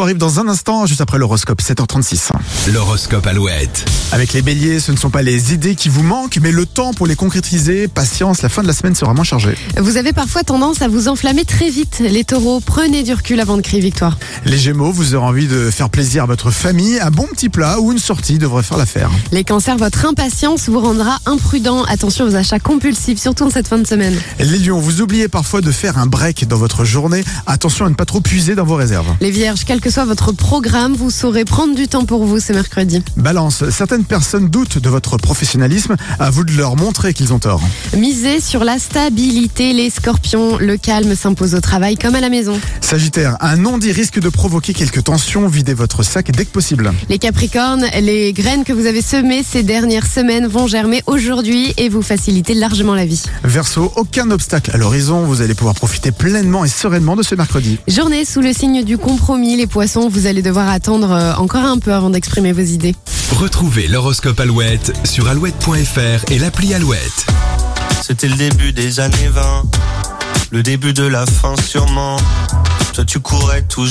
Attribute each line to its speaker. Speaker 1: arrive dans un instant, juste après l'horoscope, 7h36.
Speaker 2: L'horoscope Alouette.
Speaker 1: Avec les béliers, ce ne sont pas les idées qui vous manquent, mais le temps pour les concrétiser. Patience, la fin de la semaine sera moins chargée.
Speaker 3: Vous avez parfois tendance à vous enflammer très vite. Les taureaux, prenez du recul avant de crier victoire.
Speaker 1: Les gémeaux, vous aurez envie de faire plaisir à votre famille. Un bon petit plat ou une sortie devrait faire l'affaire.
Speaker 3: Les cancers, votre impatience vous rendra imprudent. Attention aux achats compulsifs, surtout en cette fin de semaine.
Speaker 1: Les lions, vous oubliez parfois de faire un break dans votre journée. Attention à ne pas trop puiser dans vos réserves.
Speaker 3: Les vierges, quel que soit votre programme, vous saurez prendre du temps pour vous ce mercredi.
Speaker 1: Balance, certaines personnes doutent de votre professionnalisme. À vous de leur montrer qu'ils ont tort.
Speaker 3: Misez sur la stabilité, les scorpions. Le calme s'impose au travail comme à la maison.
Speaker 1: Sagittaire, un non-dit risque de provoquer quelques tensions. Videz votre sac dès que possible.
Speaker 3: Les capricornes, les graines que vous avez semées ces dernières semaines vont germer aujourd'hui et vous faciliter largement la vie.
Speaker 1: Verseau, aucun obstacle à l'horizon. Vous allez pouvoir profiter pleinement et sereinement de ce mercredi.
Speaker 3: Journée sous le signe du compromis, les poissons, vous allez devoir attendre euh, encore un peu avant d'exprimer vos idées.
Speaker 2: Retrouvez l'horoscope Alouette sur alouette.fr et l'appli Alouette.
Speaker 4: C'était le début des années 20, le début de la fin sûrement. Toi tu courais toujours.